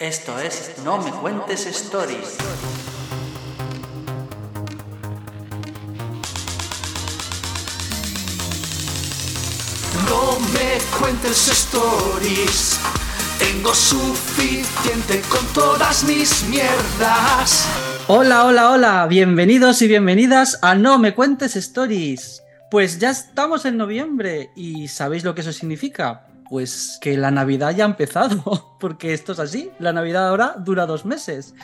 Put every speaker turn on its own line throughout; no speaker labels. Esto es No me cuentes stories.
No me cuentes stories. Tengo suficiente con todas mis mierdas.
Hola, hola, hola. Bienvenidos y bienvenidas a No me cuentes stories. Pues ya estamos en noviembre y ¿sabéis lo que eso significa? Pues que la Navidad ya ha empezado, porque esto es así. La Navidad ahora dura dos meses.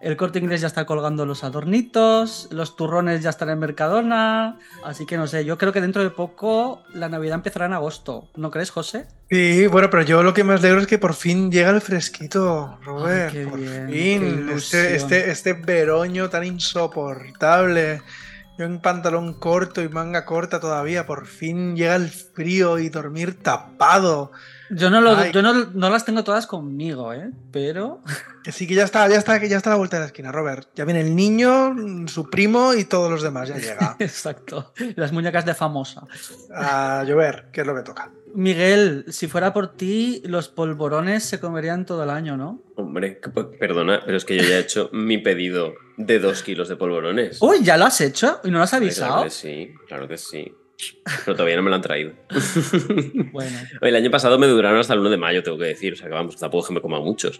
El corte inglés ya está colgando los adornitos, los turrones ya están en Mercadona. Así que no sé, yo creo que dentro de poco la Navidad empezará en agosto. ¿No crees, José?
Sí, bueno, pero yo lo que me alegro es que por fin llega el fresquito, Robert.
qué
por
bien,
fin.
qué
Este,
ilusión.
este, este veroño tan insoportable. Yo en pantalón corto y manga corta todavía. Por fin llega el frío y dormir tapado.
Yo no, lo-
Ay.
yo no, no las tengo todas conmigo, ¿eh? Pero.
Así que ya está, ya está, que ya está a la vuelta de la esquina, Robert. Ya viene el niño, mm, su primo y todos los demás. Ya llega.
Exacto. Las muñecas de famosa.
A llover, que es lo que toca.
Miguel, si fuera por ti, los polvorones se comerían todo el año, ¿no?
Hombre, que- pe- perdona, pero es que yo ya he hecho mi pedido de dos kilos de polvorones.
Uy, ¿ya lo has hecho? ¿Y no lo has
Hombre, Claro
avisado?
que sí, claro que sí. Pero todavía no me lo han traído.
Bueno,
El año pasado me duraron hasta el 1 de mayo, tengo que decir. O sea, que vamos, tampoco es que me coma muchos.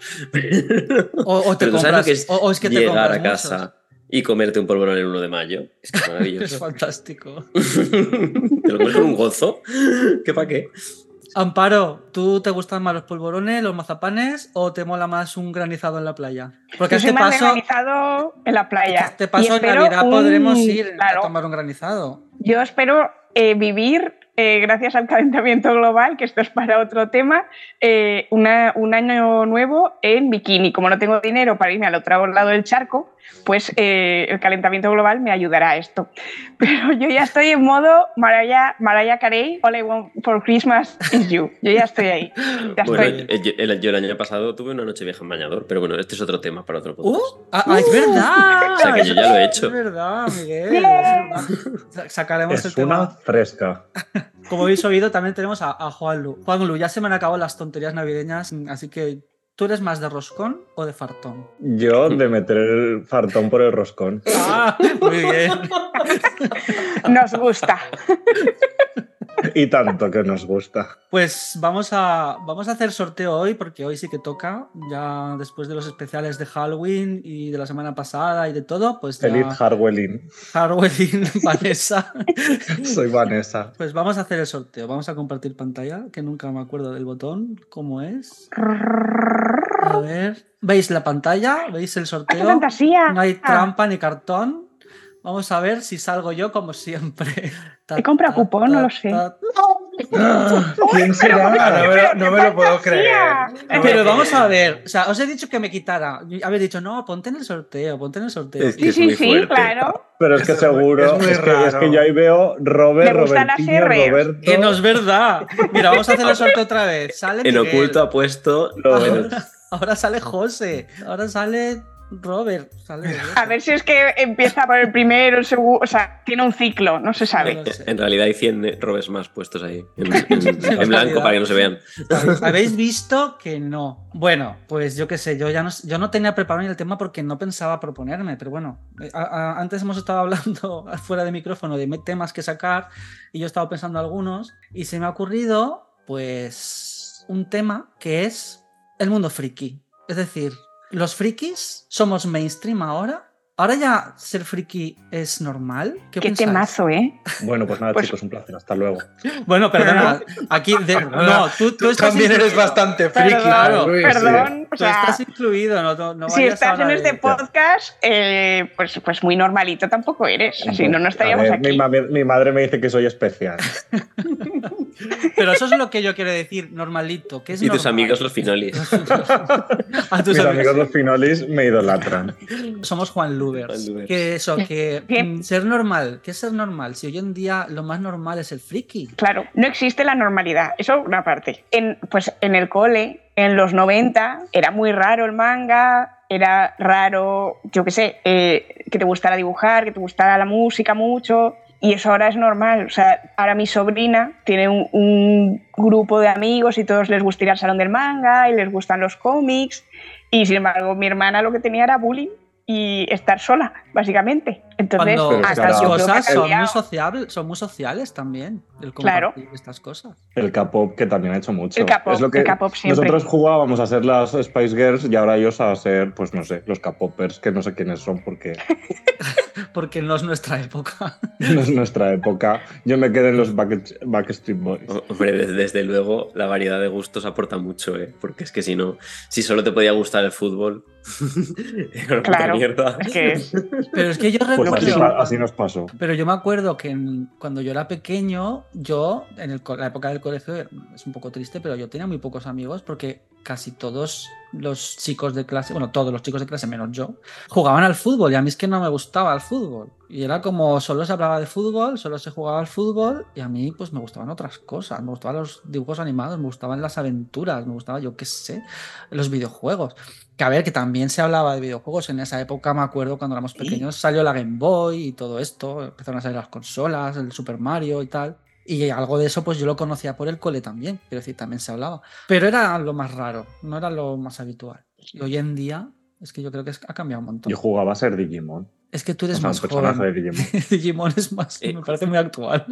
o, o te
Pero tú sabes lo
compras,
que es
o, o es Pues que te
Llegar
compras
a casa y comerte un polvorón el 1 de mayo. Es que
muchos. Es
es maravilloso.
fantástico.
te lo comes con un gozo. ¿Qué pa' qué?
Amparo, ¿tú te gustan más los polvorones, los mazapanes o te mola más un granizado en la playa? Porque a
Yo soy
este
más
paso,
organizado en la playa.
a este
Y
paso en
espero
Navidad
un-
podremos ir
claro,
a tomar un granizado.
Yo espero eh, vivir, eh, gracias al calentamiento global, que esto es para otro tema, eh, una- un año nuevo en bikini. Como no tengo dinero para irme al otro lado del charco, pues eh, el calentamiento global me ayudará a esto. Pero yo ya estoy en modo Mariah, Mariah Carey, All I Want for Christmas is You. Yo ya estoy ahí. Ya
Bueno,
estoy.
eh, yo, el, yo el año pasado tuve una noche vieja en bañador, pero bueno, este es otro tema para otro
¡Uh!
podcast.
Ah, ah, ¡Es verdad!
O sea, que yo ya lo he
Es
hecho.
verdad, Miguel. es
Bien.
verdad. Sa- Sacaremos el
Es
tema.
una fresca. Como
Como habéis oído, también tenemos a, a Juanlu. Juanlu, ya se me han acabado las tonterías navideñas, mm, así que ¿tú eres más de roscón o de fartón?
Yo de meter el fartón por el roscón.
Ah, muy bien.
Nos gusta.
Y tanto que nos gusta.
Pues vamos a, vamos a hacer sorteo hoy, porque hoy sí que toca. Ya después de los especiales de Halloween y de la semana pasada y de todo, pues ya
Feliz Harwellin.
Halloween, Vanessa.
Soy Vanessa.
Pues vamos a hacer el sorteo. Vamos a compartir pantalla, que nunca me acuerdo del botón. ¿Cómo es? A ver. ¿Veis la pantalla? ¿Veis el
¡Ay, ¡Qué
sorteo?
fantasía!
No hay
Ah,
trampa ni cartón. Vamos a ver si salgo yo como siempre. Ta,
¿He comprado
ta,
cupón?
ta,
No lo sé.
ta.
¿Quién será? No me lo, no me lo puedo creer.
fantasía!
No me
Pero
lo
vamos
puedo
a ver, o sea, os he dicho que me quitara. Habéis dicho, no, ponte en el sorteo, ponte en el sorteo.
Es que
Sí,
es muy
sí, sí,
fuerte.
claro.
Pero es que
Es muy-
seguro.
es muy
Es, que, es
raro.
que yo ahí veo Robert,
Me gustan las
Robertinho,
R's.
Roberto.
Que no es verdad. Mira, vamos a hacer el sorteo otra vez. Sale
En
Miguel.
oculto ha puesto.
Ah.
Lo-
Ahora sale José. Ahora sale Robert. Sale
A ver si es que empieza por el primero, el segundo, o sea, tiene un ciclo, no se sabe.
No lo sé.
En realidad hay 100 robes más puestos ahí, en, en- en blanco para que no se vean.
Habéis visto que no. Bueno, pues yo qué sé, yo ya no, yo no tenía preparado ni el tema porque no pensaba proponerme, pero bueno, eh, a- a- antes hemos estado hablando fuera de micrófono de me- temas que sacar y yo estaba pensando algunos y se me ha ocurrido pues un tema que es el mundo friki. Es decir, los frikis somos mainstream ahora. Ahora ya ser friki es normal. ¿Qué,
Qué
pensáis?
temazo, ¿eh?
Bueno, pues nada,
Pues-
chicos, un placer. Hasta luego.
Bueno, perdona, aquí de- no, tú, tú
Tú
estás
también eres
incluido.
bastante friki,
Perdón,
claro,
Luis, sí.
perdón. O
Tú
sea,
estás incluido, no, no, no
si
vayas
estás
ahora
en
de-
este podcast, eh, pues, pues muy normalito tampoco eres. Si no, no estaríamos
A ver, Mi,
aquí.
mami- mi madre me dice que soy especial.
Pero eso es lo que yo quiero decir, normalito. Que es
Y tus
normal.
amigos los finales.
A tus
Mis
amigos.
amigos los finolis me idolatran.
Somos Juan Lubers.
Juan Lubers.
Que eso, que
¿Qué?
mm, ser normal, ¿qué es ser normal? Si hoy en día lo más normal es el friki.
Claro, no existe la normalidad, eso una parte. En, pues en el cole, en los 90, era muy raro el manga, era raro, yo qué sé, eh, que te gustara dibujar, que te gustara la música mucho, y eso ahora es normal. O sea, ahora mi sobrina tiene un, un grupo de amigos y todos les gusta ir al salón del manga y les gustan los cómics. Y sin embargo, mi hermana lo que tenía era bullying y estar sola, básicamente. Entonces,
Cuando
Pero
estas
claro.
cosas
yo creo
son
que ha
muy,
cambiado.
sociables, son muy sociales también, el
Claro.
compartir estas cosas.
El K-pop, que también ha hecho mucho.
El K-pop,
Es lo que
el K-pop siempre.
nosotros jugábamos a ser las Spice Girls y ahora ellos a ser, pues no sé, los K-popers, que no sé quiénes son porque
Porque no es nuestra época.
no es nuestra época. Yo me quedé en los Back- Backstreet Boys.
Oh,
Hombre, de- desde luego la variedad de gustos aporta mucho, ¿eh? Porque es que si no, si solo te podía gustar el fútbol, era una puta
Claro,
mierda.
es que es-
Pero es que yo
Pues
recuerdo.
así, pa- así nos pasó.
Pero yo me acuerdo que en- cuando yo era pequeño, yo, en el co- la época del colegio, eh, es un poco triste, pero yo tenía muy pocos amigos porque casi todos los chicos de clase, bueno, todos los chicos de clase menos yo, jugaban al fútbol y a mí es que no me gustaba el fútbol. Y era como solo se hablaba de fútbol, solo se jugaba al fútbol y a mí pues me gustaban otras cosas, me gustaban los dibujos animados, me gustaban las aventuras, me gustaba yo qué sé, los videojuegos. Que a ver, que también se hablaba de videojuegos. En esa época me acuerdo cuando éramos pequeños salió la Game Boy y todo esto. Empezaron a salir las consolas, el Super Mario y tal. Y algo de eso, pues yo lo conocía por el cole también. Quiero decir, también se hablaba. Pero era lo más raro, no era lo más habitual. Y hoy en día, es que yo creo que es- ha cambiado un montón.
Yo jugaba a ser Digimon.
Es que tú
O
eres
sea, un
más
personaje
joven.
de Digimon.
Digimon es más,
Eh.
me parece muy actual.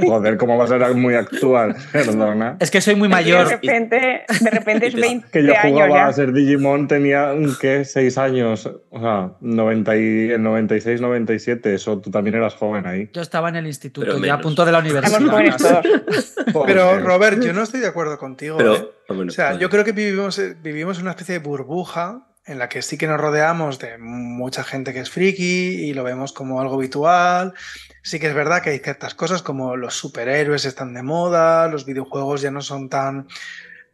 Joder, cómo va a ser muy actual, perdona.
Es que soy muy
de
mayor.
repente, de repente es
Que yo
20
Que yo
años
jugaba a
ya.
ser Digimon, tenía, ¿qué? Seis años. O sea, 90 y, en 96, 97. Eso tú también eras joven ahí.
Yo estaba en el instituto,
Pero
ya a
menos.
punto de la universidad.
Éramos jóvenes todos.
Pero
Joder.
Robert, yo no estoy de acuerdo contigo. ¿eh?
Pero, bueno,
O sea,
vale.
yo creo que vivimos, eh, vivimos una especie de burbuja en la que sí que nos rodeamos de mucha gente que es friki y lo vemos como algo habitual. Sí que es verdad que hay ciertas cosas como los superhéroes están de moda, los videojuegos ya no son tan...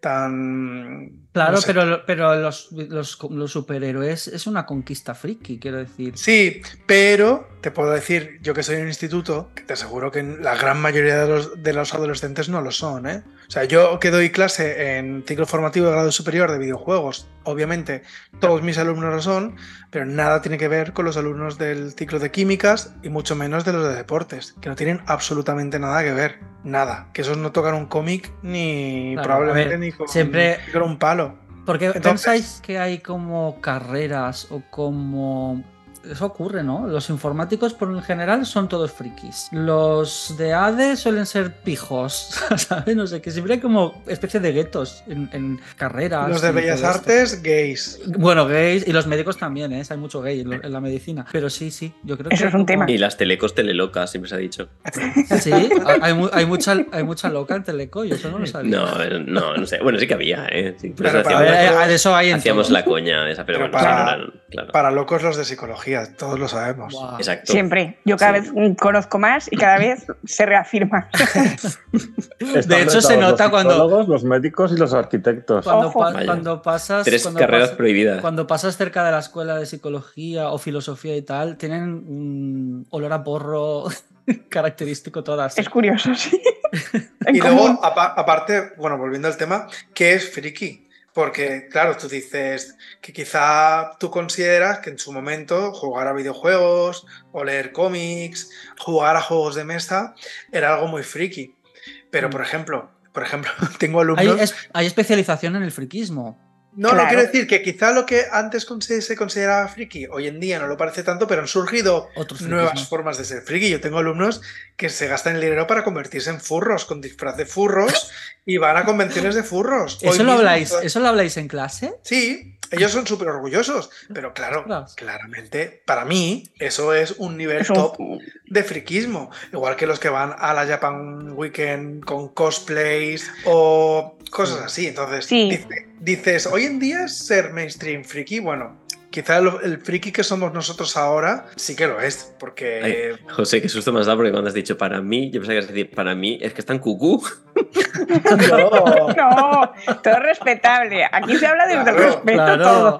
tan
Claro,
no sé.
pero, pero los, los, los superhéroes es una conquista friki, quiero decir.
Sí, pero te puedo decir, yo que soy en el instituto, que te aseguro que la gran mayoría de los, de los adolescentes no lo son, ¿eh? O sea, yo que doy clase en ciclo formativo de grado superior de videojuegos, obviamente todos mis alumnos lo son, pero nada tiene que ver con los alumnos del ciclo de químicas y mucho menos de los de deportes, que no tienen absolutamente nada que ver, nada, que esos no tocan un cómic ni
Claro,
probablemente
a ver,
ni con,
siempre-
ni con un palo.
Porque
Entonces-
pensáis que hay como carreras o como... Eso ocurre, ¿no? Los informáticos por en general son todos frikis. Los de ADE suelen ser pijos, ¿sabes? No sé, que siempre hay como especie de guetos en, en carreras.
Los de
y Ah, todo
Bellas
esto.
Artes, gays.
Bueno, gays y los médicos también, ¿eh? Hay mucho gay en, lo- en la medicina. Pero sí, sí, yo creo que...
Eso es un
como-
tema.
Y las telecos telelocas, siempre se ha dicho.
Sí, hay- hay, mu- hay mucha, hay mucha loca en Teleco, yo eso no lo sabía.
No, eh, no, no sé. Bueno, sí que había, ¿eh? Sí, pero
Pero
eso
A
para
ver,
hacíamos,
eh, de eso hay en
hacíamos
todo.
la coña esa, pero,
Pero
bueno,
para-
claro, claro.
Para locos los de psicología, todos lo sabemos.
Guau.
Exacto.
Siempre. Yo cada
Sí.
vez mm, conozco más y cada vez se reafirma.
Están
De hecho, se
retados los
nota cuando-
psicólogos, los médicos y los arquitectos.
Cuando,
Ojo.
pa-
Vaya.
cuando pasas
Tres
cuando
carreras
pasas-
prohibidas.
Cuando pasas cerca de la escuela de psicología o filosofía y tal, tienen un olor a porro característico todas.
Es curioso, sí. En
Y luego,
común.
apa- aparte, bueno, volviendo al tema, ¿qué es friki? Porque, claro, tú dices que quizá tú consideras que en su momento jugar a videojuegos o leer cómics, jugar a juegos de mesa, era algo muy friki. Pero, por ejemplo, por ejemplo, tengo
Hay,
alumnos...
Mm. es- hay especialización en el friquismo.
No, no
Claro.
quiero decir que quizá lo que antes conse- se consideraba friki, hoy en día no lo parece tanto, pero han surgido
Otros
nuevas
friquismos.
formas de ser friki. Yo tengo alumnos que se gastan el dinero para convertirse en furros, con disfraz de furros, y van a convenciones de furros. Hoy
¿Eso lo,
mismo-
habláis, ¿Eso lo habláis en clase?
Sí, ellos son súper orgullosos, pero claro,
Ostras.
claramente, para mí, eso es un nivel
Es
top
un-
de friquismo. Igual que los que van a la Japan Weekend con cosplays o cosas así. Entonces,
Sí.
dice- dices, hoy en día es ser mainstream friki, bueno. Quizá el, el friki que somos nosotros ahora sí que lo es, porque
José, qué susto me has dado porque cuando has dicho para mí, yo pensaba que ibas a decir para mí, es que están cucú.
No, todo respetable. Aquí se habla desde
Claro,
el respeto todo.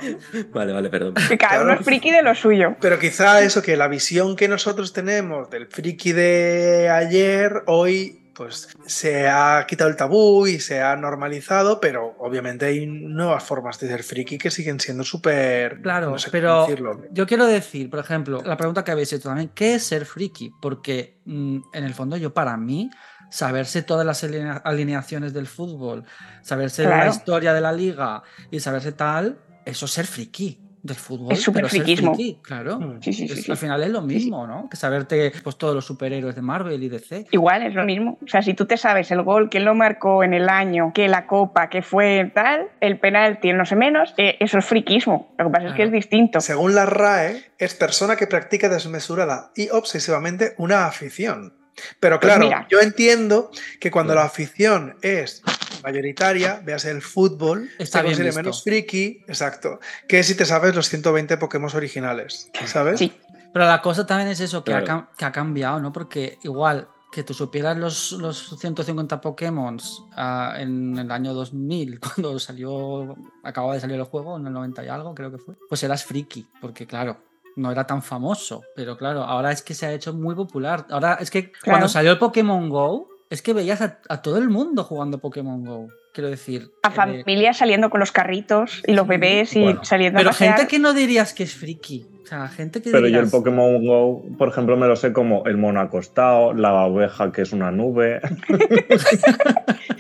Vale, vale, perdón.
Que cada uno
Claro.
es friki de lo suyo.
Pero quizá eso, que la visión que nosotros tenemos del friki de ayer, hoy, pues se ha quitado el tabú y se ha normalizado, pero obviamente hay nuevas formas de ser friki que siguen siendo súper...
Claro,
no sé cómo
pero
decirlo.
yo quiero decir, por ejemplo, la pregunta que habéis hecho también, ¿qué es ser friki? Porque mm, en el fondo yo para mí saberse todas las alinea- alineaciones del fútbol, saberse la
Claro.
historia de la liga y saberse tal, eso es ser friki del fútbol.
Es súper
pero ser
friquismo.
friki, Claro.
Mm.
Sí, sí, sí,
Es-
sí.
Al final es lo mismo, ¿no? Que saberte pues, todos los superhéroes de Marvel y DC.
Igual es lo mismo. O sea, si tú te sabes el gol, quién lo marcó en el año, que la copa, que fue tal, el penalti, el no sé menos, eh, eso es friquismo. Lo que pasa es que
Claro.
es distinto.
Según la RAE, es persona que practica desmesurada y obsesivamente una afición. Pero
Pues
claro,
mira.
yo entiendo que cuando
Claro.
la afición es mayoritaria, veas el fútbol,
Está bien
se considera
visto.
menos friki, exacto, que si te sabes los 120 Pokémon originales, ¿sabes?
Sí.
Pero la cosa también es eso, que, ha,
Claro.
cam- que ha cambiado, ¿no? Porque igual que tú supieras los, los 150 Pokémon ah, en el año 2000, cuando salió, acababa de salir el juego, en el 90 y algo creo que fue, pues eras friki, porque claro, no era tan famoso, pero claro, ahora es que se ha hecho muy popular. Ahora es que cuando salió el Pokémon Go, es que veías a, a todo el mundo jugando Pokémon Go, quiero decir.
A
eh,
familias saliendo con los carritos y los bebés y
Bueno,
saliendo
pero
a pasear.
gente que no dirías que es friki. O sea, gente que
Pero yo el
dirías-
Pokémon Go, por ejemplo, me lo sé como el mono acostado, la oveja que es una nube,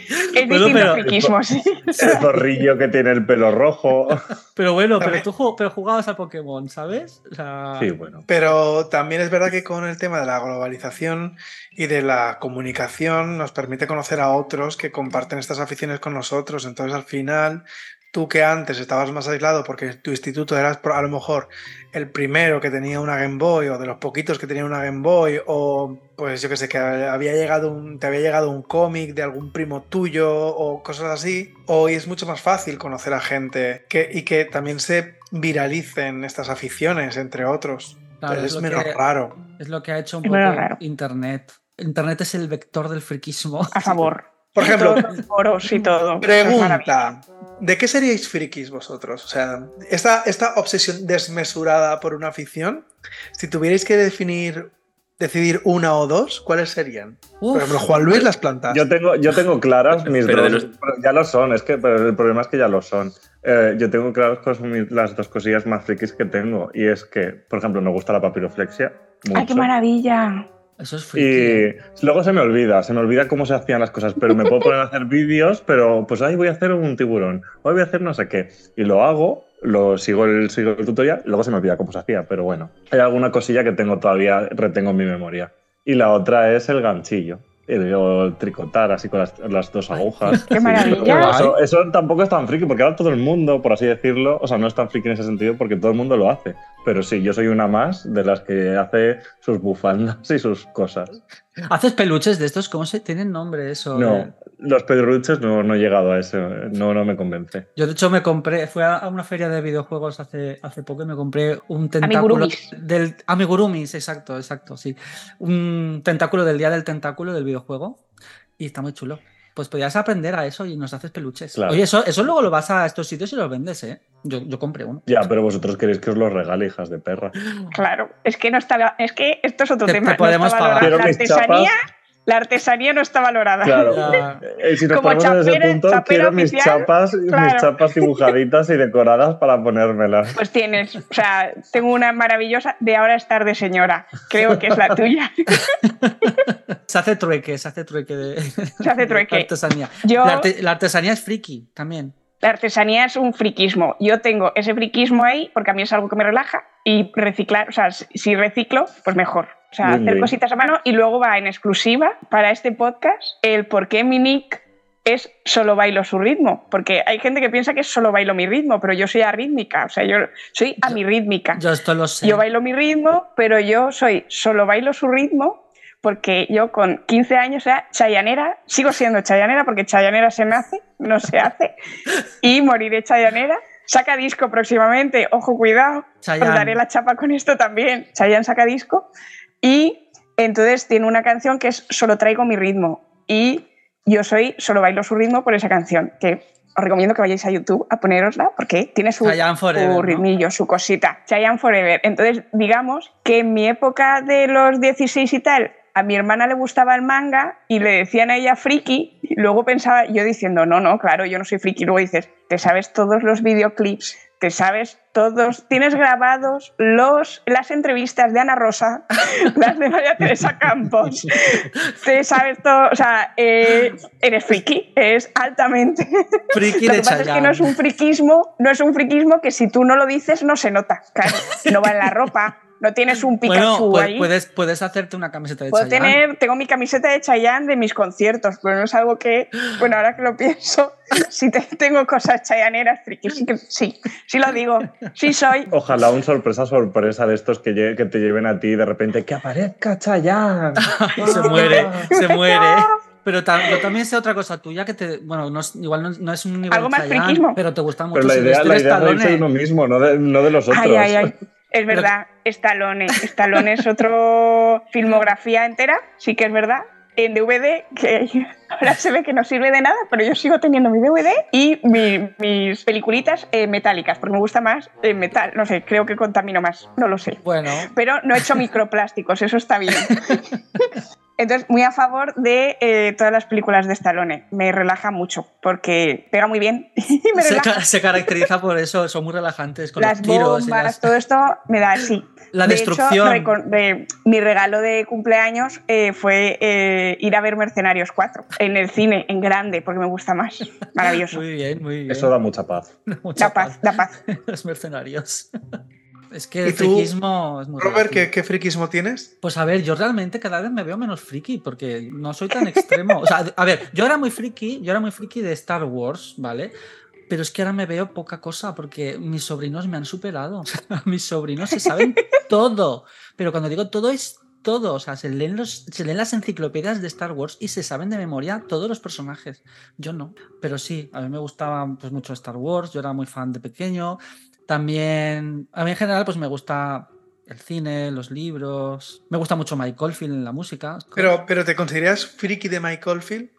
Es
Bueno,
distinto
pero-
friquismo, sí.
el zorrillo que tiene el pelo rojo.
Pero bueno, pero
También.
tú ju- pero jugabas al Pokémon, ¿sabes? O sea,
Sí, bueno.
Pero también es verdad que con el tema de la globalización y de la comunicación nos permite conocer a otros que comparten estas aficiones con nosotros. Entonces, al final, tú que antes estabas más aislado porque tu instituto eras pro- a lo mejor el primero que tenía una Game Boy o de los poquitos que tenían una Game Boy o pues yo que sé, que había llegado un, te había llegado un cómic de algún primo tuyo o cosas así, hoy es mucho más fácil conocer a gente que, y que también se viralicen estas aficiones entre otros.
claro,
Pero
es,
es
lo
menos
que,
raro.
es lo que ha hecho un
Es
poco
menos raro.
Internet. Internet es el vector del friquismo.
A favor.
Por ejemplo,
Todos los foros y todo. Es maravilloso.
pregunta. ¿De qué seríais frikis vosotros? O sea, esta, esta obsesión desmesurada por una afición, si tuvierais que definir, decidir una o dos, ¿cuáles serían? Por
Uf,
ejemplo, Juan Luis las plantas.
Yo tengo, yo tengo claras mis
Pero de
dos. pero Ya lo son, es que pero el problema es que ya lo son. Eh, yo tengo claras cos- mis- las dos cosillas más frikis que tengo. Y es que, por ejemplo, me gusta la papiroflexia. Mucho.
¡Ay, qué maravilla!
eso es ¿eh? friki.
Y luego se me olvida, se me olvida cómo se hacían las cosas, pero me puedo poner a hacer vídeos, pero pues ahí voy a hacer un tiburón, hoy voy a hacer no sé qué. Y lo hago, lo sigo el, sigo el tutorial, luego se me olvida cómo se hacía, pero bueno. Hay alguna cosilla que tengo todavía, retengo en mi memoria. Y la otra es el ganchillo, el, o tricotar así con las, las dos agujas.
¡Qué
Pero bueno,
maravilla!
eso, eso tampoco es tan friki, porque ahora todo el mundo, por así decirlo, o sea, no es tan friki en ese sentido porque todo el mundo lo hace. Pero sí, yo soy una más de las que hace sus bufandas y sus cosas.
¿Haces peluches de estos? ¿Cómo se tienen nombre eso? Eh,
No, los pedruches no, no he llegado a eso, no, no me convence.
Yo de hecho me compré, fui a a una feria de videojuegos hace, hace poco y me compré un tentáculo
Amigurumis.
del Amigurumis, exacto, exacto, sí. Un tentáculo del día del tentáculo del videojuego y está muy chulo. Pues podías aprender a eso y nos haces peluches.
Claro.
Oye, eso, eso luego lo vas a estos sitios y los vendes, ¿eh? Yo, yo compré uno.
Ya, pero vosotros queréis que os los regale, hijas de perra.
Claro, es que no está, es que esto es otro
Te-
tema.
te podemos
no está
pagar.
valorada.
Quiero
La
mis
artesanía,
chapas.
la artesanía no está valorada.
Claro.
Ya.
Eh, si nos
Como
ponemos en ese
chapero-
punto,
chapero
quiero mis
oficial,
chapas, mis
claro.
chapas dibujaditas y decoradas para ponérmelas.
Pues tienes, o sea, tengo una maravillosa de ahora estar de señora. Creo que es la tuya.
Se hace trueque, se hace trueque de,
Se hace trueque.
de artesanía.
Yo,
La, arte- la artesanía es friki también.
la artesanía es un friquismo. Yo tengo ese friquismo ahí porque a mí es algo que me relaja y reciclar, o sea, si- si reciclo, pues mejor. O sea,
Bien,
hacer
bien.
cositas a mano y luego va en exclusiva para este podcast el por qué mi nick es solo bailo su ritmo. Porque hay gente que piensa que es solo bailo mi ritmo, pero yo soy arrítmica, o sea, yo soy a mi rítmica.
Yo esto lo sé.
Yo bailo mi ritmo, pero yo soy solo bailo su ritmo porque yo con 15 años era chayanera, sigo siendo chayanera porque chayanera se nace, no se hace, y moriré chayanera. Saca disco próximamente, ojo, cuidado, os
Chayanne.
daré la chapa con esto también. Chayanne saca disco y entonces tiene una canción que es Solo traigo mi ritmo y yo soy solo bailo su ritmo por esa canción que os recomiendo que vayáis a YouTube a ponerosla porque tiene su,
Chayanne Forever,
su
¿no?
ritmillo, su cosita. Chayanne Forever. Entonces, digamos que en mi época de los 16 y tal, a mi hermana le gustaba el manga y le decían a ella friki, y luego pensaba yo diciendo, no, no, claro, yo no soy friki, luego dices, te sabes todos los videoclips, te sabes todos, tienes grabados los, las entrevistas de Ana Rosa, las de María Teresa Campos, te sabes todo, o sea, eh, eres friki, es altamente.
Friki
Lo
de
que pasa es que
Chayanne.
no es un friquismo, no es un friquismo que si tú no lo dices no se nota, claro, no va en la ropa, no tienes un
Bueno,
Pikachu
pu-
ahí.
puedes, puedes hacerte una camiseta de
Puedo
Chayanne.
tener, tengo mi camiseta de Chayanne de mis conciertos, pero no es algo que, bueno, ahora que lo pienso, si te- tengo cosas chayaneras, frikis, sí, que- sí, sí lo digo, sí soy.
Ojalá un sorpresa sorpresa de estos que, lle- que te lleven a ti de repente que aparezca Chayanne.
se muere, se muere. Pero ta- yo también sé otra cosa tuya que te. Bueno, no es- igual no, no es un nivel
Algo más
Chayanne,
friquismo.
Pero te gusta mucho
Pero la idea,
Sylvester
la idea es reírse de
Stallone.
uno mismo, no de, no de los otros.
Ay, ay, ay. Es verdad, Stallone. Stallone es otro filmografía entera, sí que es verdad. En DVD, que ahora se ve que no sirve de nada, pero yo sigo teniendo mi DVD y mi- mis peliculitas eh, metálicas, porque me gusta más el metal. No sé, creo que contamino más, no lo sé.
Bueno,
pero no he hecho microplásticos, eso está bien. Entonces, muy a favor de eh, todas las películas de Stallone. Me relaja mucho porque pega muy bien y me
se,
relaja.
ca- se caracteriza por eso, son muy relajantes con
Las
los tiros.
bombas,
y las-
todo esto me da así.
La
De
destrucción.
hecho, recor- de- mi regalo de cumpleaños eh, fue eh, ir a ver Mercenarios 4 en el cine, en grande, porque me gusta más. Maravilloso.
Muy bien, muy bien.
Eso da mucha paz.
Mucha
Da paz, da paz.
paz. los mercenarios. es que el
¿Y tú,
friquismo es muy
Robert,
relativo.
¿qué, qué friquismo tienes?
Pues a ver, yo realmente cada vez me veo menos friki porque no soy tan extremo. O sea, a ver, yo era muy friki, yo era muy friki de Star Wars, ¿vale? Pero es que ahora me veo poca cosa porque mis sobrinos me han superado. O sea, mis sobrinos se saben todo. Pero cuando digo todo es todo. O sea, se leen, los, se leen las enciclopedias de Star Wars y se saben de memoria todos los personajes. Yo no. Pero sí, a mí me gustaba pues, mucho Star Wars. Yo era muy fan de pequeño. También, a mí en general, pues me gusta el cine, los libros. Me gusta mucho Mike Oldfield en la música.
Pero, pero ¿te consideras friki de Mike Oldfield?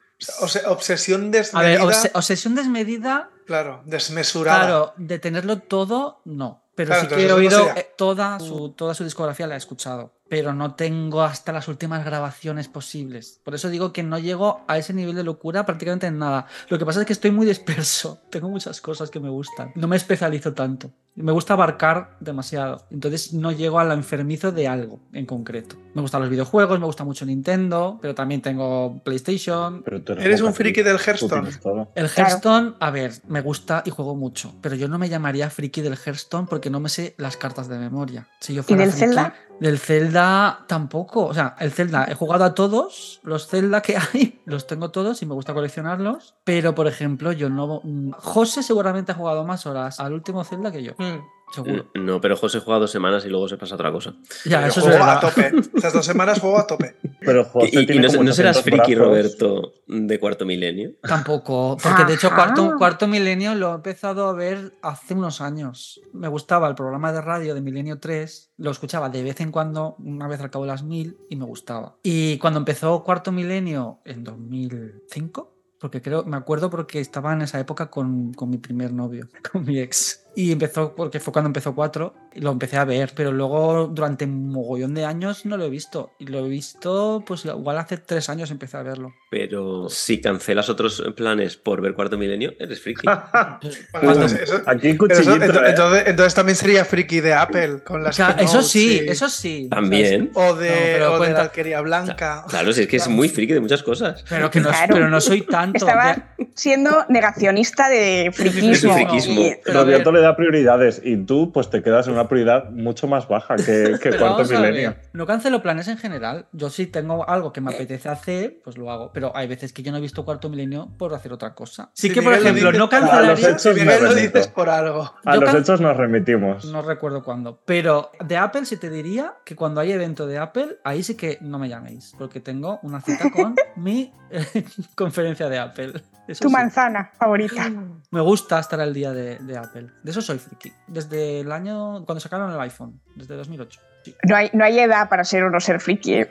O sea, obse- obsesión
a ver,
desmedida.
obse- obsesión desmedida,
Claro, desmesurada.
claro, de tenerlo todo, no. Pero
Claro,
sí que he
entonces eso no
oído
sería.
eh, toda, su, toda su discografía, la he escuchado. Pero no tengo hasta las últimas grabaciones posibles. Por eso digo que no llego a ese nivel de locura prácticamente en nada. Lo que pasa es que estoy muy disperso. Tengo muchas cosas que me gustan. No me especializo tanto. Me gusta abarcar demasiado. Entonces no llego a la enfermizo de algo en concreto. Me gustan los videojuegos, me gusta mucho Nintendo, pero también tengo PlayStation,
Pero tú
Eres un
poca
friki del
Tú
Hearthstone.
tienes todo.
El
Claro.
Hearthstone, a ver, me gusta y juego mucho, pero yo no me llamaría friki del Hearthstone porque no me sé las cartas de memoria. Si yo fuera
del
friki-
Zelda?
Del Zelda tampoco. O sea, el Zelda, he jugado a todos, los Zelda que hay, los tengo todos y me gusta coleccionarlos, pero por ejemplo, yo no... mm, José seguramente ha jugado más horas al último Zelda que yo,
Mm.
seguro.
No, pero José juega dos semanas y luego se pasa a otra cosa.
Ya,
Yo
eso es
juego a
verdad.
tope. Estas dos semanas juego a tope.
Pero José
Y- y
tiene
no,
como
no serás
800
friki,
brazos.
Roberto, de cuarto milenio.
Tampoco, porque de hecho
Ajá.
cuarto, cuarto Milenio lo he empezado a ver hace unos años. Me gustaba el programa de radio de Milenio 3, lo escuchaba de vez en cuando, una vez al cabo de las mil, y me gustaba. Y cuando empezó cuarto Milenio en 2005, porque creo, me acuerdo porque estaba en esa época con, con mi primer novio, con mi ex. Y empezó, porque fue cuando empezó 4, y lo empecé a ver, pero luego durante un mogollón de años no lo he visto. Y lo he visto, pues igual hace tres años empecé a verlo.
Pero si cancelas otros planes por ver cuarto milenio, eres friki.
Ah,
Bueno,
pues,
entonces, eso-
Aquí
pero eso-
cuchillito.
ento-
¿eh?
entonces, entonces también sería friki de Apple con las
Claro,
keynotes
eso sí,
y-
eso sí.
También.
O
No,
de,
pero
o de
cuenta-
la alquería blanca.
Claro, si es que es muy friki de muchas cosas.
Pero que no,
Claro.
pero no soy tanto.
Estaba
ya.
siendo negacionista de
Eso
friquismo. Eh,
es friquismo.
Y-
Pero a
Roberto
ver.
le da prioridades y tú pues te quedas en una prioridad mucho más baja que, que
Pero
cuarto
vamos a ver,
milenio.
No cancelo planes en general. Yo sí tengo algo que me apetece hacer, pues lo hago. Pero hay veces que yo no he visto cuarto milenio por hacer otra cosa. Sí
Si
que, por
Miguel lo
ejemplo,
dice
no
por algo,
cancelaría.
Los hechos
si
me
Miguel lo
remito.
dices por algo.
A
Yo
los
can-
hechos nos remitimos.
No recuerdo cuándo. Pero de Apple sí te diría que cuando hay evento de Apple, ahí sí que no me llaméis. Porque tengo una cita con mi eh, conferencia de Apple. Eso
tu
sí.
manzana favorita.
Me gusta estar al día de, de Apple. De eso soy friki. Desde el año. cuando sacaron el iPhone, desde 2008.
No hay, no hay edad para ser o no ser friki. ¿eh?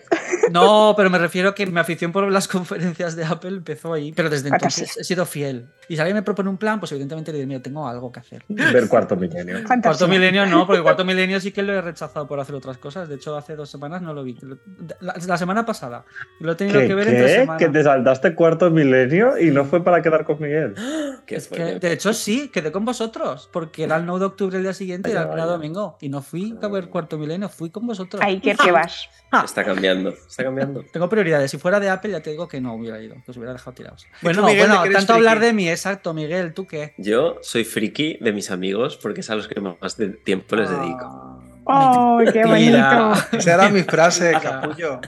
No, pero me refiero a que mi afición por las conferencias de Apple empezó ahí, pero desde
Ah,
entonces he sido fiel. Y si alguien me propone un plan, pues evidentemente le digo, mira, tengo algo que hacer.
Ver cuarto milenio.
Fantasía.
Cuarto milenio no, porque cuarto milenio sí que lo he rechazado por hacer otras cosas. De hecho, hace dos semanas no lo vi. Lo- La, la semana pasada. Lo he tenido
¿Qué,
que ver
qué?
entre semana.
¿Que te saltaste cuarto milenio y no fue para quedar con Miguel?
Qué
Es que,
fuerte.
de hecho, sí, quedé con vosotros, porque era el 9 de octubre el día siguiente y
Vaya,
era, era
vaya.
domingo. Y no fui a ver cuarto milenio, fui con vosotros.
Ahí que te vas.
Ah.
Está cambiando, está cambiando.
Tengo prioridades. Si fuera de Apple, ya te digo que no hubiera ido, que os hubiera dejado tirados. Bueno,
Miguel, de
bueno,
que eres
tanto hablar
friki?
de mí, exacto, Miguel, ¿tú qué?
Yo soy friki de mis amigos porque es a los que más de- tiempo les dedico.
¡Oh, qué
Mira.
bonito!
Esa era mi frase,
Ah,
capullo.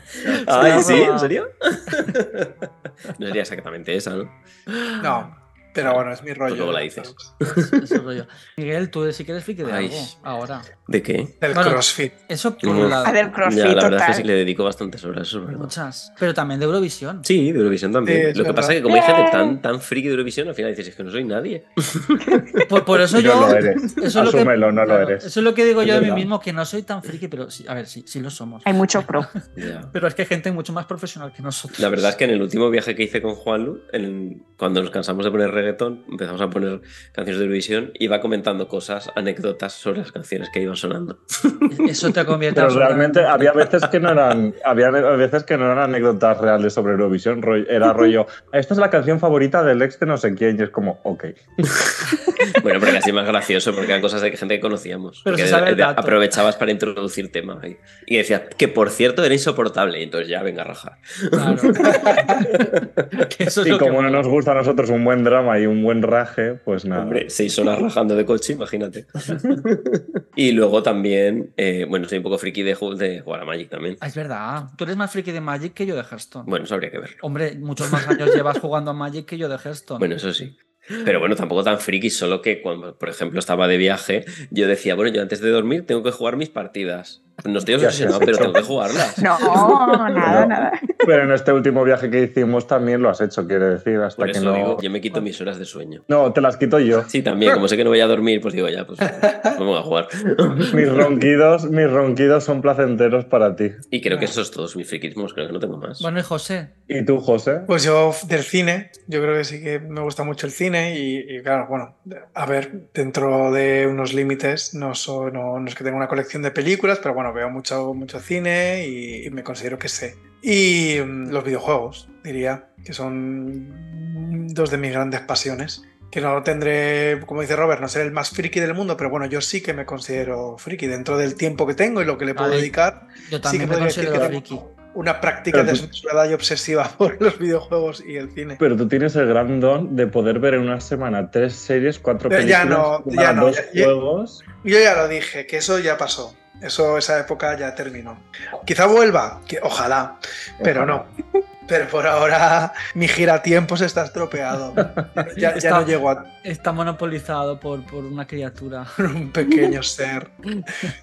Ah.
Ay, ¿sí?
broma.
¿En serio? no sería exactamente esa, ¿no? Pues
No. Pero bueno, es mi rollo.
luego la dices.
Es el rollo. Miguel, tú sí que eres friki de
Ay.
algo ahora.
¿De qué?
Del
Bueno,
CrossFit.
Eso por un
Uf.
lado.
A del crossfit
Ya, la verdad
total.
es que sí le dedico bastantes horas, eso es verdad.
Muchas. Pero también de Eurovisión.
Sí, de Eurovisión también.
Sí, es
Lo que
verdad.
pasa es que como hay gente
Bien.
tan, tan friki de Eurovisión, al final dices, es que no soy nadie.
Por, por eso
No
yo.
lo eres.
Eso es lo que-
Asúmelo, no lo
claro,
eres.
Eso es lo que digo
Es
yo de mí
verdad.
mismo, que no soy tan friki, pero sí, a ver, sí, sí lo somos.
Hay mucho pro.
Ya.
Pero es que hay gente mucho más profesional que nosotros.
La verdad es que en el último viaje que hice con Juanlu, en- cuando nos cansamos de poner reggaetón, empezamos a poner canciones de Eurovisión, iba comentando cosas, anécdotas sobre las canciones que iban sonando.
Eso te convierte
Pero
absolutamente-
realmente había veces que no eran había veces que no eran anécdotas reales sobre Eurovisión, rollo- era rollo, esta es la canción favorita del ex de no sé quién y es como, ok.
Bueno, pero casi más gracioso, porque eran cosas de gente que conocíamos.
Pero se
Porque
sabe el
de- de-
dato.
aprovechabas para introducir temas ahí. Y decías, que por cierto era insoportable, y entonces ya venga a rajar.
Claro. Que eso es
Y
lo que
como no
mola.
nos gusta a nosotros un buen drama y un buen raje, pues nada.
Hombre, seis horas rajando de coche, imagínate. y luego también, eh, bueno, soy un poco friki de, ju- de jugar a Magic también.
Ah, Es verdad. Tú eres más friki de Magic que yo de Hearthstone.
Bueno, eso habría que ver.
Hombre, muchos más años llevas jugando a Magic que yo de Hearthstone.
Bueno, eso sí. Pero bueno, tampoco tan friki, solo que cuando, por ejemplo, estaba de viaje, yo decía, bueno, yo antes de dormir tengo que jugar mis partidas. No estoy
Ya se ha
obsesionado,
hecho.
pero tengo que jugarlas.
No, nada,
No.
nada.
Pero en este último viaje que hicimos también lo has hecho, quiere decir, hasta
Por
que
eso
no.
digo, yo me quito mis horas de sueño.
No, te las quito yo.
Sí, también, como sé que no voy a dormir, pues digo, ya, pues vamos a jugar.
Mis ronquidos, mis ronquidos son placenteros para ti.
Y creo que esos todos mis friquismos, creo que no tengo más.
Bueno, y José,
¿Y tú, José?
Pues yo f- del cine, yo creo que sí que me gusta mucho el cine y, y claro, bueno, a ver, dentro de unos límites, no, so- no, no es que tenga una colección de películas, pero bueno, veo mucho, mucho cine y, y me considero que sé. Y mm, los videojuegos, diría, que son dos de mis grandes pasiones. Que no tendré, como dice Robert, no seré el más friki del mundo, pero bueno, yo sí que me considero friki dentro del tiempo que tengo y lo que le puedo
Ay.
dedicar
yo
sí que
también me
podría decir
considero
que
friki.
tengo una práctica
Pero tú-
desmesurada y obsesiva por los videojuegos y el cine.
Pero tú tienes el gran don de poder ver en una semana tres series, cuatro
Ya
películas,
no,
jugar
ya
a
no,
dos
ya- ya-
juegos.
Yo ya lo dije, que eso ya pasó. Eso, esa época ya terminó. Quizá vuelva, que ojalá, pero no. Pero por ahora mi giratiempos está estropeado. Ya, ya no
Está-
llego a
Está monopolizado por, por una criatura.
un pequeño ser.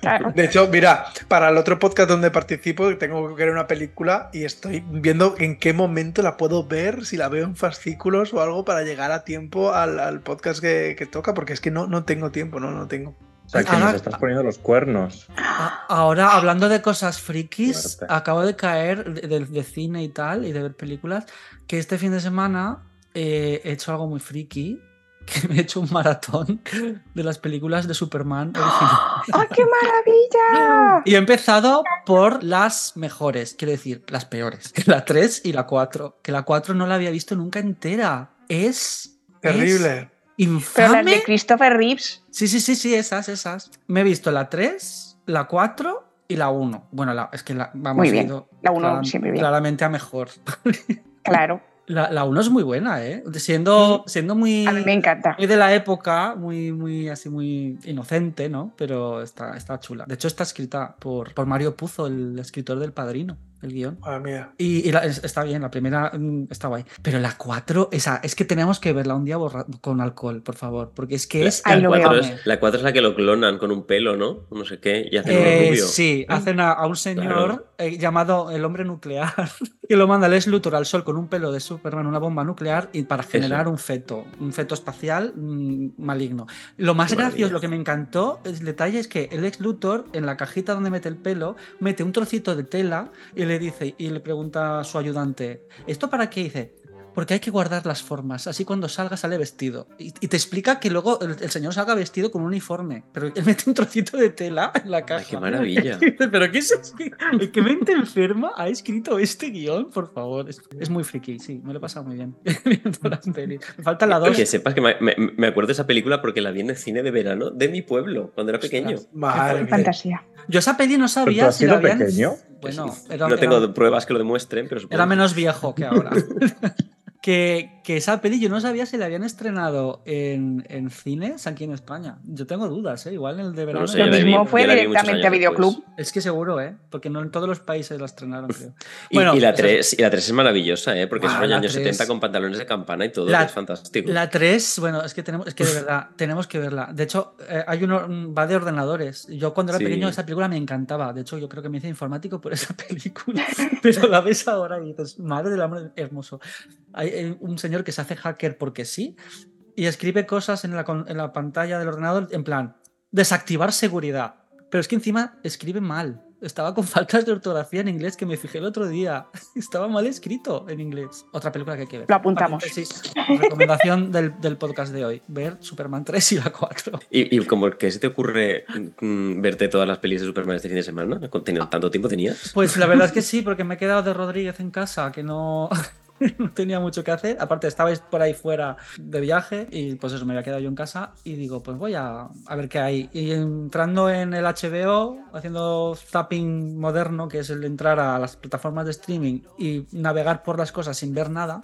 Claro.
De hecho, mira, para el otro podcast donde participo, tengo que ver una película y estoy viendo en qué momento la puedo ver, si la veo en fascículos o algo para llegar a tiempo al, al podcast que, que toca, porque es que no, no tengo tiempo, no, no tengo.
O sea, que
Ahora-
nos estás poniendo los cuernos.
A- Ah, Ahora, hablando de cosas frikis,
Fuerte.
acabo de caer de, de- de cine y tal, y de ver películas, que este fin de semana eh, he hecho algo muy friki, que me he hecho un maratón de las películas de Superman. original.
¡Ah, qué maravilla!
Y he empezado por las mejores, quiero decir, las peores, que la 3 y la 4, que la 4 no la había visto nunca entera. Es... es
Terrible.
Pero las
infame.
de Christopher Reeves.
Sí, sí, sí, sí, esas, esas. Me he visto la 3, la 4 y la 1. Bueno, la- es que la, vamos
Muy bien.
he ido
La uno
claram-
siempre bien.
claramente a mejor.
Claro,
La, la 1 es muy buena, ¿eh? Siendo, siendo muy,
a mí me encanta.
muy de la época, muy, muy así, muy inocente, ¿no? Pero está, está chula. De hecho, está escrita por, por Mario Puzo, el escritor del Padrino. el guión.
Madre mía.
Y, y la- es- está bien, la primera mm, está guay. Pero la 4, esa, es que tenemos que verla un día borra- con alcohol, por favor, porque es que es...
Ay,
la,
lo
cuatro
veo.
es, la cuatro es la que lo clonan con un pelo, ¿no? No sé qué, y hacen un
Eh,
rubio. Mm.
sí, hacen a, a un señor
Claro.
eh, llamado el hombre nuclear y lo manda Les Luthor al sol con un pelo de Superman, una bomba nuclear y para generar un feto, un feto espacial mm, maligno. Lo más
Madre
gracioso,
mía.
lo que me encantó, el detalle es que el ex Luthor en la cajita donde mete el pelo mete un trocito de tela y le dice y le pregunta a su ayudante, ¿esto para qué? Y dice, porque hay que guardar las formas, así cuando salga sale vestido. Y, y te explica que luego el, el señor salga vestido con un uniforme, pero él mete un trocito de tela en la caja.
Ay, qué maravilla.
Dice, pero ¿qué es esto? ¿El que mente enferma ha escrito este guión? Por favor, es, es muy friki, sí, me lo he pasado muy bien viendo las pelis. Me falta la dos.
Que sepas que me, me- me acuerdo de esa película porque la vi en el cine de verano de mi pueblo, cuando era pequeño.
Ostras.
Madre
Qué
mía.
fantasía.
Yo esa peli no
¿Pero tú
sabía
has
si la
sido
habían...
pequeño?
Bueno,
Es-
era,
no tengo
era-
pruebas que lo demuestren, pero supongo.
era menos viejo que ahora. Que, que esa peli yo no sabía si la habían estrenado en, en cines aquí en España. Yo tengo dudas, ¿eh? igual en el de
No
verano.
lo sé,
Lo
yo la vi-
mismo
yo
fue
la vi muchos años
directamente a videoclub.
después.
Es que seguro, ¿eh? Porque no en todos los países la estrenaron, creo.
Y,
Bueno,
y la
esa-
3 y la tres es maravillosa, ¿eh? porque
Guau,
es rollo
la
años
tres.
70 con pantalones de campana y todo,
La-
es fantástico.
La 3, bueno, es que tenemos, es que de verdad, tenemos que verla. De hecho, eh, hay uno, mm, va de ordenadores. Yo cuando era
Sí.
pequeño esa película me encantaba. De hecho, yo creo que me hice informático por esa película. Pero la ves ahora y dices, madre del amor hermoso. Hay eh, un señor que se hace hacker porque sí y escribe cosas en la, con- en la pantalla del ordenador en plan, desactivar seguridad. Pero es que encima escribe mal. Estaba con faltas de ortografía en inglés que me fijé el otro día. Estaba mal escrito en inglés. Otra película que hay que ver.
Lo apuntamos.
Paréntesis, recomendación del, del podcast de hoy. Ver Superman 3 y la 4.
Y, y como que se te ocurre mm, verte todas las pelis de Superman este fin de semana, ¿Teni- ¿tanto tiempo tenías?
Pues la verdad es que sí, porque me he quedado de Rodríguez en casa, que no, no tenía mucho que hacer. Aparte, estabais por ahí fuera de viaje y pues eso, me había quedado yo en casa y digo, pues voy a, a ver qué hay. Y entrando en el HBO, haciendo zapping moderno, que es el de entrar a las plataformas de streaming y navegar por las cosas sin ver nada.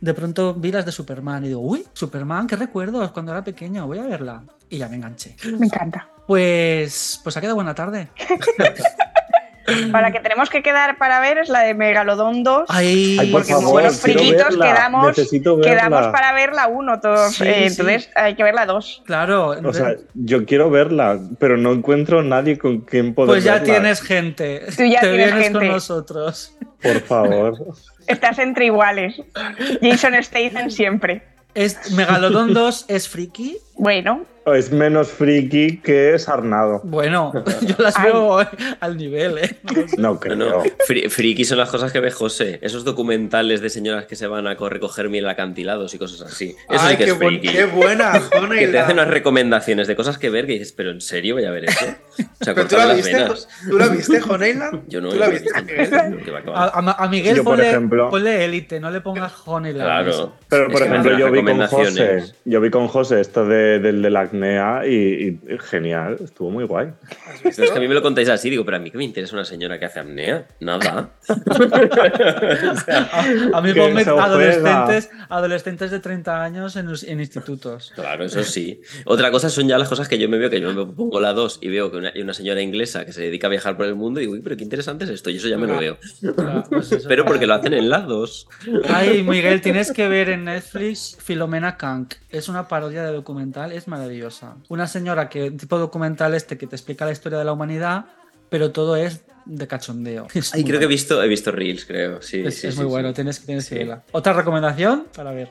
De pronto vi las de Superman y digo, uy, Superman, qué recuerdos cuando era pequeño, voy a verla. Y ya me enganché.
Me encanta.
Pues, pues ha quedado buena tarde.
Para que tenemos que quedar para ver es la de Megalodón 2.
Ay,
Ay, por
porque como
favor,
buenos
quiero
friquitos
verla,
quedamos-
necesito verla.
Quedamos para ver la 1 todos.
Sí,
eh,
sí.
entonces hay que ver la 2.
Claro,
O sea,
entonces- pues
yo quiero verla, pero no encuentro nadie con quien poder
pues ya
verla.
tienes gente.
Tú ya
Te
tienes
vienes
gente.
con nosotros.
Por favor.
Estás entre iguales. Jason Statham siempre.
Es, Megalodon 2 es friki.
Bueno,
Es menos friki que Sarnado.
Bueno, yo las
Ay.
veo al nivel, ¿eh?
No
No,
creo.
no. Fri- friki son las cosas que ve José. Esos documentales de señoras que se van a co- recoger miel acantilados y cosas así. Eso
Ay,
sí que
qué,
es
buen-
friki.
qué buena, Jona, y
Que te
la-
hacen unas recomendaciones de cosas que ver que dices, pero ¿en serio voy a ver eso? O sea,
Pero tú la
cortarme las
viste,
venas.
¿tú la viste, Honeyland?
Yo no,
¿Tú
yo
la
no he
viste?
visto. No, que va, que va.
A, a- a Miguel
Yo, por
ponle,
ejemplo-
ponle élite, no le pongas Honeyland.
Claro.
Pero,
Es
por
que me
ejemplo,
hacen
yo
las
vi con
recomendaciones.
José. Yo vi con José esta de, del de la acnea y, y genial. Estuvo muy guay.
¿Has
Pero es que a
visto?
mí me lo contáis así, digo, pero a mí que me interesa una señora que hace apnea. Nada.
A mí
Que
ponme
se juega.
adolescentes, adolescentes de 30 años en, los- en institutos.
Claro, eso sí. Otra cosa son ya las cosas que yo me veo, que yo me pongo la 2 y veo que una, hay una señora inglesa que se dedica a viajar por el mundo y digo, uy, pero qué interesante es esto. Y eso ya me lo veo.
Claro, pues eso.
Pero porque lo hacen en las 2.
Ay, Miguel, tienes que ver en Netflix Filomena Kank. Es una parodia de documental, es maravillosa. Una señora que, tipo documental este, que te explica la historia de la humanidad, pero todo es de cachondeo. Es
Ay,
muy
creo que
bueno.
he visto, he visto Reels, creo. Sí,
Es,
sí,
es
sí,
muy
sí.
bueno, tienes, tienes que
Sí.
verla. Otra recomendación para ver.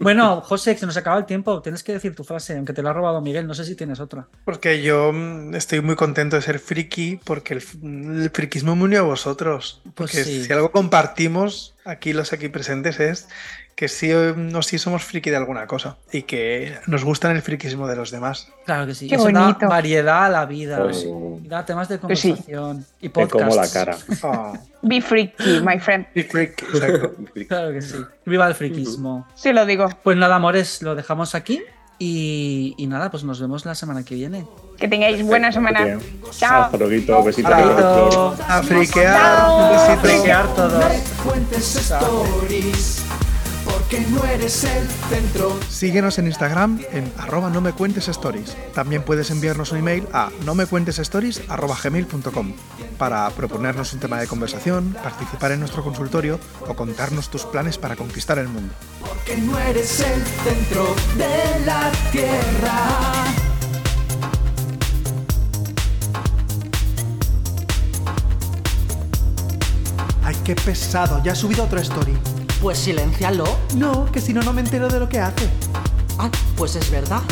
Bueno, José, que se nos acaba el tiempo. Tienes que decir tu frase, aunque te la ha robado Miguel. No sé si tienes otra.
Porque yo mm, estoy muy contento de ser friki porque el, f- el friquismo me unió a vosotros. Porque
sí.
si algo compartimos aquí los aquí presentes es que sí o no sí somos friki de alguna cosa y que nos gustan el friquismo de los demás.
Claro que sí.
Qué
Eso da
bonito.
variedad a la vida.
Pues sí.
Y Da temas de
Pues sí.
conversación y
Te
podcasts.
como la cara.
Oh,
be freaky, my friend.
be freak, exacto.
Claro que sí. Viva el friquismo.
Sí lo digo.
Pues nada, amores, lo dejamos aquí. Y, y nada, pues nos vemos la semana que viene.
Que tengáis buena semana.
Bien.
Chao.
Hasta luego, besitos.
Besito.
A friquear, un besito.
Friquear todos.
cuentes stories, porque porque no eres el centro.
Síguenos en Instagram en arroba no me cuentes stories. También puedes enviarnos un email a no me cuentes stories gmail.com para proponernos un tema de conversación, participar en nuestro consultorio o contarnos tus planes para conquistar el mundo.
Porque no eres el centro de la tierra.
Ay, qué pesado, ya ha subido otra story.
Pues silencialo.
No, que si no, no me entero de lo que hace.
Ah, pues es verdad.